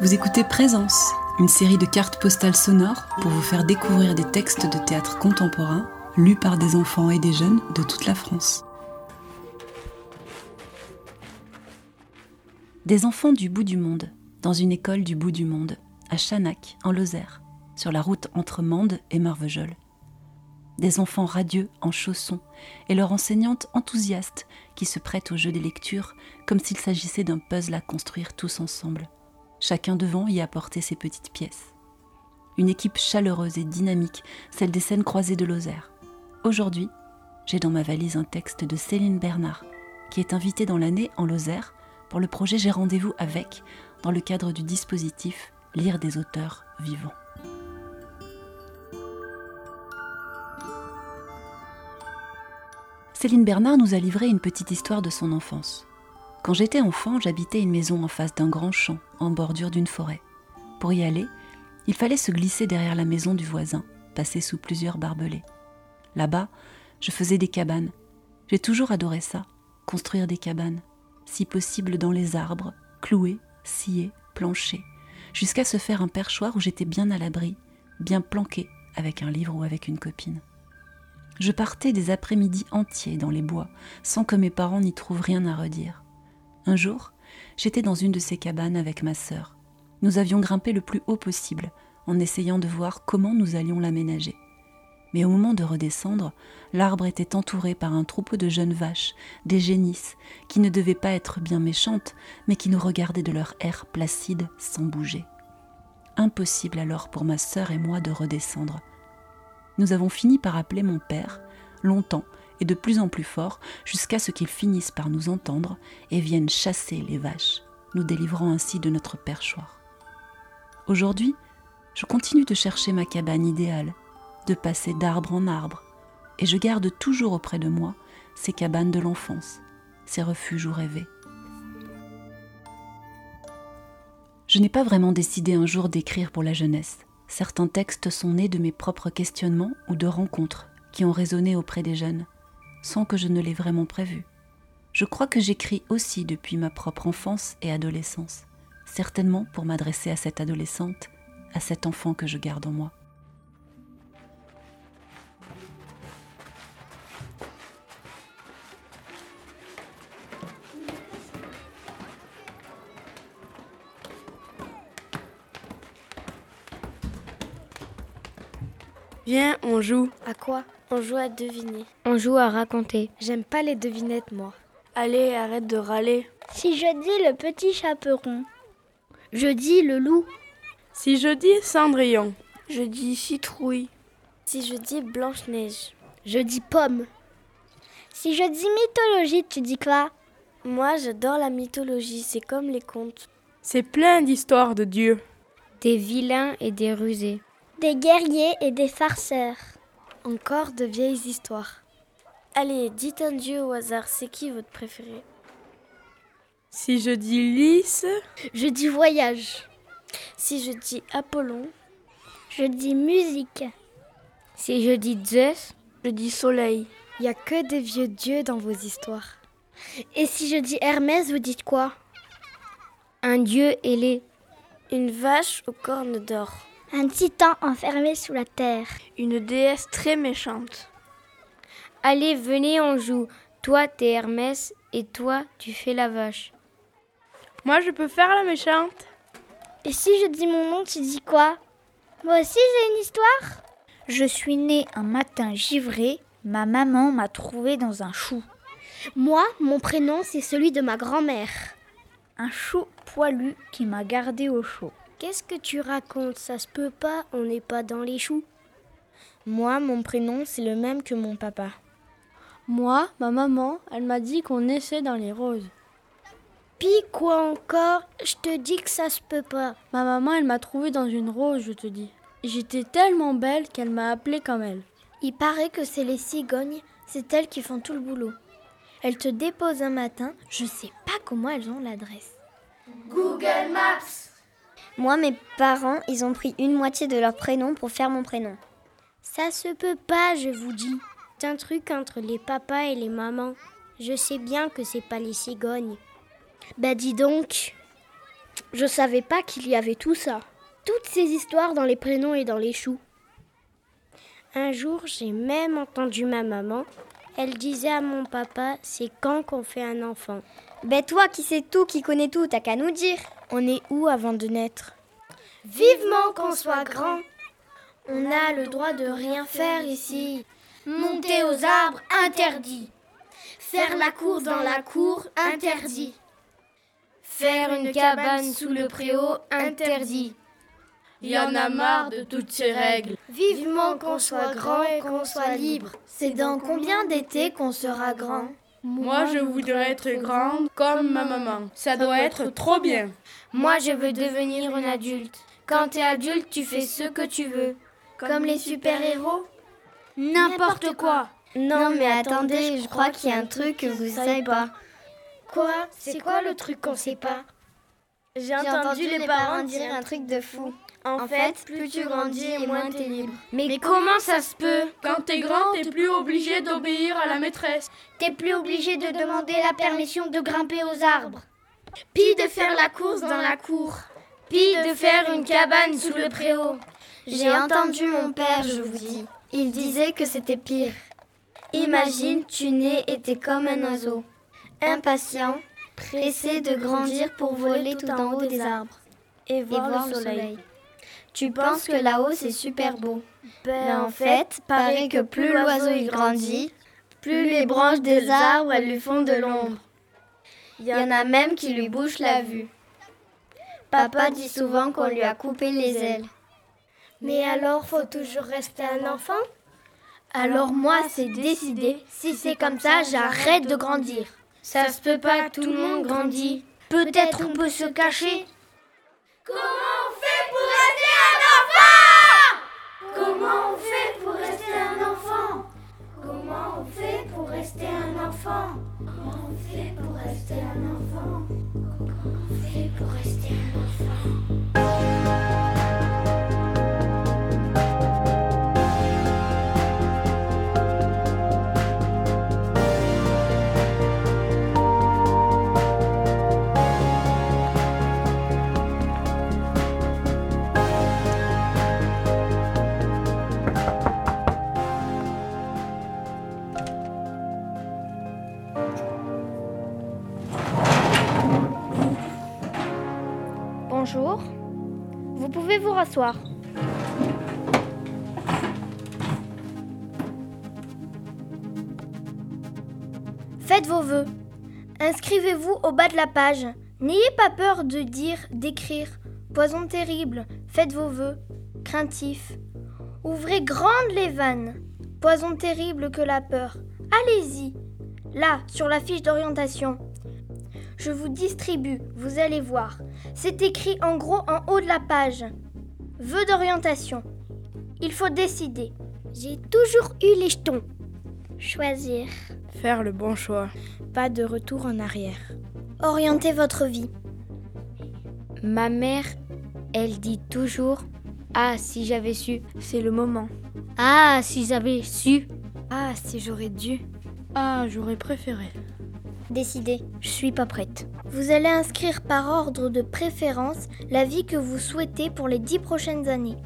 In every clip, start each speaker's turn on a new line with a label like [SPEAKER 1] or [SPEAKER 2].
[SPEAKER 1] Vous écoutez Présence, une série de cartes postales sonores pour vous faire découvrir des textes de théâtre contemporain lus par des enfants et des jeunes de toute la France. Des enfants du bout du monde, dans une école du bout du monde, à Chanac, en Lozère, sur la route entre Mende et Marvejols. Des enfants radieux en chaussons et leur enseignante enthousiaste qui se prête au jeu des lectures comme s'il s'agissait d'un puzzle à construire tous ensemble chacun devant y apporter ses petites pièces. Une équipe chaleureuse et dynamique, celle des scènes croisées de Lozère. Aujourd'hui, j'ai dans ma valise un texte de Céline Bernard, qui est invitée dans l'année en Lozère pour le projet J'ai rendez-vous avec, dans le cadre du dispositif Lire des auteurs vivants. Céline Bernard nous a livré une petite histoire de son enfance. Quand j'étais enfant, j'habitais une maison en face d'un grand champ, en bordure d'une forêt. Pour y aller, il fallait se glisser derrière la maison du voisin, passer sous plusieurs barbelés. Là-bas, je faisais des cabanes. J'ai toujours adoré ça, construire des cabanes, si possible dans les arbres, clouer, scier, plancher, jusqu'à se faire un perchoir où j'étais bien à l'abri, bien planqué avec un livre ou avec une copine. Je partais des après-midi entiers dans les bois, sans que mes parents n'y trouvent rien à redire. Un jour, j'étais dans une de ces cabanes avec ma sœur. Nous avions grimpé le plus haut possible en essayant de voir comment nous allions l'aménager. Mais au moment de redescendre, l'arbre était entouré par un troupeau de jeunes vaches, des génisses, qui ne devaient pas être bien méchantes, mais qui nous regardaient de leur air placide sans bouger. Impossible alors pour ma sœur et moi de redescendre. Nous avons fini par appeler mon père, longtemps, et de plus en plus fort jusqu'à ce qu'ils finissent par nous entendre et viennent chasser les vaches, nous délivrant ainsi de notre perchoir. Aujourd'hui, je continue de chercher ma cabane idéale, de passer d'arbre en arbre, et je garde toujours auprès de moi ces cabanes de l'enfance, ces refuges où rêver. Je n'ai pas vraiment décidé un jour d'écrire pour la jeunesse. Certains textes sont nés de mes propres questionnements ou de rencontres qui ont résonné auprès des jeunes sans que je ne l'ai vraiment prévu. Je crois que j'écris aussi depuis ma propre enfance et adolescence, certainement pour m'adresser à cette adolescente, à cet enfant que je garde en moi.
[SPEAKER 2] Viens, on joue.
[SPEAKER 3] À quoi On joue à deviner.
[SPEAKER 4] On joue à raconter.
[SPEAKER 3] J'aime pas les devinettes, moi.
[SPEAKER 2] Allez, arrête de râler.
[SPEAKER 5] Si je dis le petit chaperon.
[SPEAKER 4] Je dis le loup.
[SPEAKER 2] Si je dis Cendrillon. Je dis citrouille.
[SPEAKER 3] Si je dis Blanche-Neige.
[SPEAKER 4] Je dis pomme.
[SPEAKER 5] Si je dis mythologie, tu dis quoi
[SPEAKER 3] Moi, j'adore la mythologie, c'est comme les contes.
[SPEAKER 2] C'est plein d'histoires de dieux.
[SPEAKER 4] Des vilains et des rusés
[SPEAKER 5] des guerriers et des farceurs.
[SPEAKER 3] Encore de vieilles histoires. Allez, dites un dieu au hasard, c'est qui votre préféré
[SPEAKER 2] Si je dis Lys.
[SPEAKER 5] Je dis voyage.
[SPEAKER 3] Si je dis Apollon.
[SPEAKER 5] Je dis musique.
[SPEAKER 4] Si je dis Zeus.
[SPEAKER 2] Je dis soleil.
[SPEAKER 3] Il a que des vieux dieux dans vos histoires.
[SPEAKER 5] Et si je dis Hermès, vous dites quoi
[SPEAKER 4] Un dieu ailé.
[SPEAKER 3] Une vache aux cornes d'or.
[SPEAKER 5] Un titan enfermé sous la terre.
[SPEAKER 2] Une déesse très méchante.
[SPEAKER 4] Allez, venez, on joue. Toi, t'es Hermès et toi, tu fais la vache.
[SPEAKER 2] Moi, je peux faire la méchante.
[SPEAKER 5] Et si je dis mon nom, tu dis quoi Moi aussi, j'ai une histoire
[SPEAKER 6] Je suis née un matin givré. Ma maman m'a trouvée dans un chou.
[SPEAKER 5] Moi, mon prénom, c'est celui de ma grand-mère.
[SPEAKER 6] Un chou poilu qui m'a gardée au chaud.
[SPEAKER 5] Qu'est-ce que tu racontes Ça se peut pas, on n'est pas dans les choux.
[SPEAKER 3] Moi, mon prénom, c'est le même que mon papa.
[SPEAKER 7] Moi, ma maman, elle m'a dit qu'on naissait dans les roses.
[SPEAKER 5] Puis quoi encore Je te dis que ça se peut pas.
[SPEAKER 7] Ma maman, elle m'a trouvée dans une rose, je te dis. J'étais tellement belle qu'elle m'a appelée comme elle.
[SPEAKER 5] Il paraît que c'est les cigognes, c'est elles qui font tout le boulot. Elles te déposent un matin, je sais pas comment elles ont l'adresse.
[SPEAKER 8] Google Maps
[SPEAKER 9] moi, mes parents, ils ont pris une moitié de leur prénom pour faire mon prénom.
[SPEAKER 5] Ça se peut pas, je vous dis.
[SPEAKER 10] C'est un truc entre les papas et les mamans.
[SPEAKER 9] Je sais bien que c'est pas les cigognes. Bah dis donc, je savais pas qu'il y avait tout ça. Toutes ces histoires dans les prénoms et dans les choux. Un jour, j'ai même entendu ma maman. Elle disait à mon papa, c'est quand qu'on fait un enfant.
[SPEAKER 3] Ben toi qui sais tout, qui connais tout, t'as qu'à nous dire.
[SPEAKER 9] On est où avant de naître
[SPEAKER 8] Vivement qu'on soit grand.
[SPEAKER 5] On a le droit de rien faire ici.
[SPEAKER 8] Monter aux arbres, interdit. Faire la cour dans la cour, interdit.
[SPEAKER 10] Faire une cabane sous le préau, interdit.
[SPEAKER 11] Il y en a marre de toutes ces règles.
[SPEAKER 8] Vivement qu'on soit grand et qu'on soit libre.
[SPEAKER 5] C'est dans combien d'étés qu'on sera grand
[SPEAKER 11] Moi, je voudrais être grande comme ma maman. Ça doit être trop bien.
[SPEAKER 10] Moi, je veux devenir un adulte. Quand t'es adulte, tu fais ce que tu veux.
[SPEAKER 8] Comme les super-héros
[SPEAKER 10] N'importe quoi.
[SPEAKER 3] Non, mais attendez, je crois qu'il y a un truc que vous savez pas.
[SPEAKER 9] Quoi C'est quoi le truc qu'on sait pas
[SPEAKER 10] J'ai entendu les parents dire
[SPEAKER 9] un truc de fou.
[SPEAKER 10] En fait, plus tu grandis et moins t'es libre.
[SPEAKER 11] Mais, Mais comment ça se peut Quand t'es grand, t'es plus obligé d'obéir à la maîtresse.
[SPEAKER 10] T'es plus obligé de demander la permission de grimper aux arbres.
[SPEAKER 8] Pis de faire la course dans la cour.
[SPEAKER 10] Pis de faire une cabane sous le préau.
[SPEAKER 3] J'ai entendu mon père, je vous dis. Il disait que c'était pire. Imagine, tu nais et t'es comme un oiseau. Impatient, pressé de grandir pour voler tout en haut des arbres.
[SPEAKER 9] Et voir, et voir le soleil. soleil.
[SPEAKER 3] Tu penses que là-haut c'est super beau. Ben, en fait, paraît que plus l'oiseau il grandit, plus les branches des arbres elles lui font de l'ombre. Il y en a même qui lui bouchent la vue. Papa dit souvent qu'on lui a coupé les ailes.
[SPEAKER 8] Mais alors faut toujours rester un enfant
[SPEAKER 3] Alors moi c'est décidé, si c'est comme ça j'arrête de grandir.
[SPEAKER 10] Ça se peut pas, tout le monde grandit. Peut-être on peut se cacher.
[SPEAKER 8] Comment on fait pour rester un enfant Comment on fait pour rester un enfant Comment on fait pour rester un enfant Comment on fait pour rester un enfant Comment on fait pour rester un
[SPEAKER 9] Bonjour. Vous pouvez vous rasseoir.
[SPEAKER 5] Faites vos vœux. Inscrivez-vous au bas de la page. N'ayez pas peur de dire, d'écrire. Poison terrible, faites vos vœux. Craintif. Ouvrez grandes les vannes. Poison terrible que la peur. Allez-y. Là, sur la fiche d'orientation, je vous distribue, vous allez voir. C'est écrit en gros en haut de la page. Vœux d'orientation. Il faut décider.
[SPEAKER 9] J'ai toujours eu les jetons.
[SPEAKER 3] Choisir.
[SPEAKER 11] Faire le bon choix.
[SPEAKER 10] Pas de retour en arrière.
[SPEAKER 5] Orienter votre vie.
[SPEAKER 4] Ma mère, elle dit toujours Ah, si j'avais su.
[SPEAKER 7] C'est le moment.
[SPEAKER 4] Ah, si j'avais su.
[SPEAKER 7] Ah, si j'aurais dû. Ah, j'aurais préféré.
[SPEAKER 9] Décidez, je suis pas prête.
[SPEAKER 5] Vous allez inscrire par ordre de préférence la vie que vous souhaitez pour les dix prochaines années.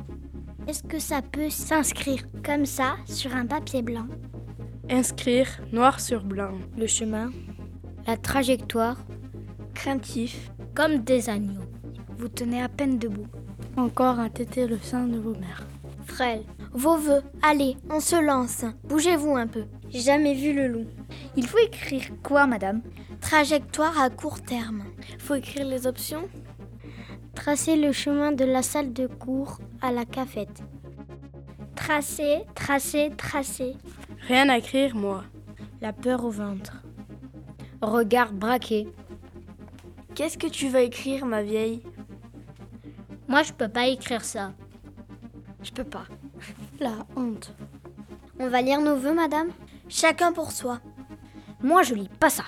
[SPEAKER 9] Est-ce que ça peut s'inscrire comme ça sur un papier blanc
[SPEAKER 11] Inscrire noir sur blanc.
[SPEAKER 10] Le chemin,
[SPEAKER 4] la trajectoire,
[SPEAKER 7] craintif,
[SPEAKER 9] comme des agneaux.
[SPEAKER 7] Vous tenez à peine debout. Encore un tété le sein de vos mères.
[SPEAKER 5] Frêle, vos voeux, allez, on se lance. Bougez-vous un peu.
[SPEAKER 4] Jamais vu le loup.
[SPEAKER 6] Il faut écrire quoi, madame
[SPEAKER 5] Trajectoire à court terme.
[SPEAKER 10] Faut écrire les options
[SPEAKER 9] Tracer le chemin de la salle de cours à la cafette. Tracer, tracer, tracer.
[SPEAKER 11] Rien à écrire, moi.
[SPEAKER 10] La peur au ventre.
[SPEAKER 4] Regard braqué.
[SPEAKER 7] Qu'est-ce que tu vas écrire, ma vieille
[SPEAKER 9] Moi, je peux pas écrire ça.
[SPEAKER 7] Je peux pas. La honte.
[SPEAKER 9] On va lire nos voeux, madame
[SPEAKER 5] Chacun pour soi.
[SPEAKER 10] Moi, je lis pas ça.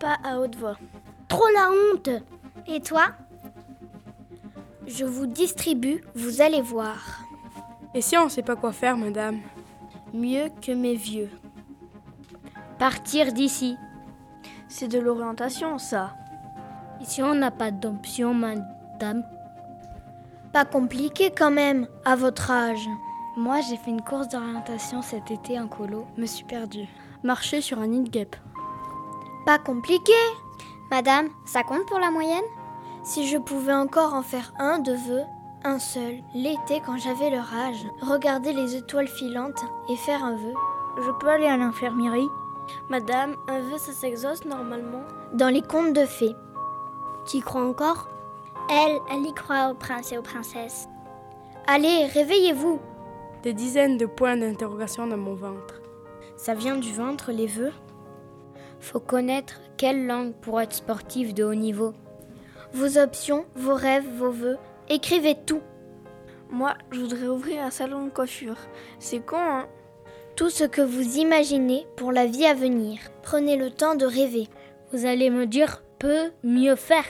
[SPEAKER 7] Pas à haute voix.
[SPEAKER 9] Trop la honte.
[SPEAKER 5] Et toi Je vous distribue, vous allez voir.
[SPEAKER 11] Et si on sait pas quoi faire, madame
[SPEAKER 10] Mieux que mes vieux.
[SPEAKER 4] Partir d'ici.
[SPEAKER 12] C'est de l'orientation, ça.
[SPEAKER 10] Ici, on n'a pas d'option, madame.
[SPEAKER 5] Pas compliqué quand même, à votre âge.
[SPEAKER 4] Moi, j'ai fait une course d'orientation cet été en colo. Me suis perdue.
[SPEAKER 7] Marcher sur un nid de guêpe.
[SPEAKER 5] Pas compliqué
[SPEAKER 9] Madame, ça compte pour la moyenne
[SPEAKER 5] Si je pouvais encore en faire un de vœu, un seul, l'été quand j'avais leur âge, regarder les étoiles filantes et faire un vœu.
[SPEAKER 6] Je peux aller à l'infirmerie
[SPEAKER 12] Madame, un vœu, ça s'exauce normalement
[SPEAKER 5] Dans les contes de fées.
[SPEAKER 9] T'y crois encore
[SPEAKER 10] Elle, elle y croit aux princes et aux princesses.
[SPEAKER 5] Allez, réveillez-vous
[SPEAKER 11] des dizaines de points d'interrogation dans mon ventre.
[SPEAKER 4] Ça vient du ventre, les vœux Faut connaître quelle langue pour être sportif de haut niveau.
[SPEAKER 5] Vos options, vos rêves, vos vœux, écrivez tout.
[SPEAKER 12] Moi, je voudrais ouvrir un salon de coiffure. C'est con, hein
[SPEAKER 5] Tout ce que vous imaginez pour la vie à venir. Prenez le temps de rêver.
[SPEAKER 4] Vous allez me dire, peut mieux faire.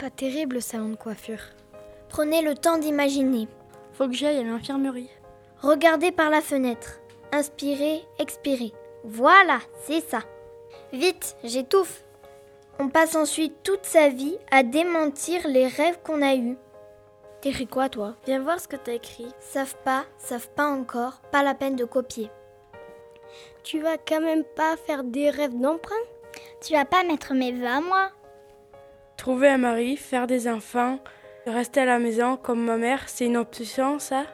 [SPEAKER 7] Pas terrible le salon de coiffure.
[SPEAKER 5] Prenez le temps d'imaginer.
[SPEAKER 7] Faut que j'aille à l'infirmerie.
[SPEAKER 5] Regardez par la fenêtre. Inspirez, expirez. Voilà, c'est ça.
[SPEAKER 9] Vite, j'étouffe.
[SPEAKER 5] On passe ensuite toute sa vie à démentir les rêves qu'on a eus.
[SPEAKER 12] T'écris quoi, toi Viens voir ce que t'as écrit.
[SPEAKER 5] Savent pas, savent pas encore, pas la peine de copier.
[SPEAKER 9] Tu vas quand même pas faire des rêves d'emprunt
[SPEAKER 10] Tu vas pas mettre mes vœux à moi
[SPEAKER 11] Trouver un mari, faire des enfants, rester à la maison comme ma mère, c'est une obsession, ça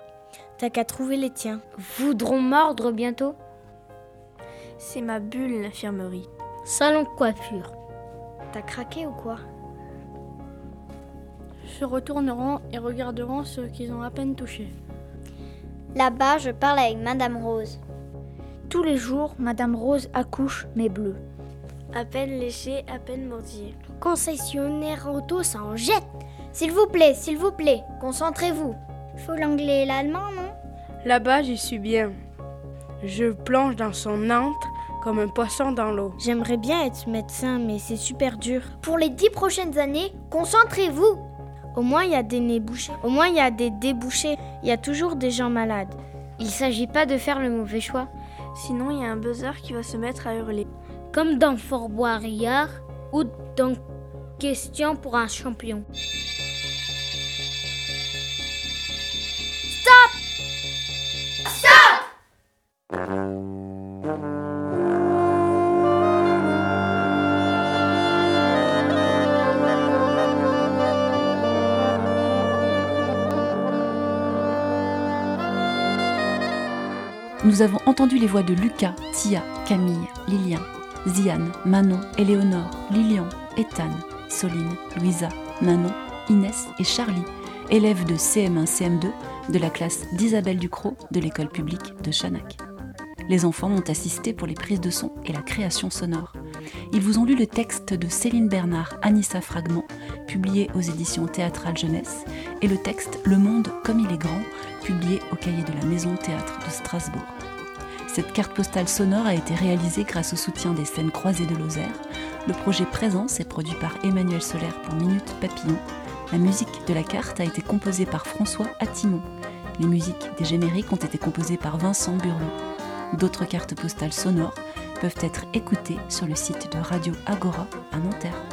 [SPEAKER 4] T'as qu'à trouver les tiens. Voudront mordre bientôt
[SPEAKER 12] C'est ma bulle, l'infirmerie.
[SPEAKER 4] Salon de coiffure.
[SPEAKER 12] T'as craqué ou quoi
[SPEAKER 7] Se retourneront et regarderont ce qu'ils ont à peine touché.
[SPEAKER 9] Là-bas, je parle avec Madame Rose.
[SPEAKER 6] Tous les jours, Madame Rose accouche mes bleus.
[SPEAKER 12] À peine léché, à peine mordillé.
[SPEAKER 9] Concessionnaire auto, ça en jette
[SPEAKER 5] S'il vous plaît, s'il vous plaît, concentrez-vous.
[SPEAKER 10] Faut l'anglais et l'allemand, non
[SPEAKER 11] Là-bas, j'y suis bien. Je plonge dans son antre comme un poisson dans l'eau.
[SPEAKER 6] J'aimerais bien être médecin, mais c'est super dur.
[SPEAKER 5] Pour les dix prochaines années, concentrez-vous
[SPEAKER 6] Au moins, il y a des nez bouchés. Au moins, il y a des débouchés. Il y a toujours des gens malades.
[SPEAKER 4] Il s'agit pas de faire le mauvais choix.
[SPEAKER 12] Sinon, il y a un buzzer qui va se mettre à hurler.
[SPEAKER 4] Comme dans Fort Boyard ou dans Question pour un champion.
[SPEAKER 1] Nous avons entendu les voix de Lucas, Tia, Camille, Lilian, Ziane, Manon, Éléonore, Lilian, Ethan, Soline, Louisa, Manon, Inès et Charlie, élèves de CM1-CM2 de la classe d'Isabelle Ducrot de l'école publique de Chanac. Les enfants ont assisté pour les prises de son et la création sonore. Ils vous ont lu le texte de Céline Bernard, Anissa Fragment, publié aux éditions Théâtrales Jeunesse, et le texte Le Monde comme il est grand, publié au cahier de la Maison Théâtre de Strasbourg. Cette carte postale sonore a été réalisée grâce au soutien des scènes croisées de Lozère. Le projet Présence est produit par Emmanuel Solaire pour Minute Papillon. La musique de la carte a été composée par François Attimon. Les musiques des génériques ont été composées par Vincent Burlot. D'autres cartes postales sonores peuvent être écoutées sur le site de Radio Agora à Nanterre.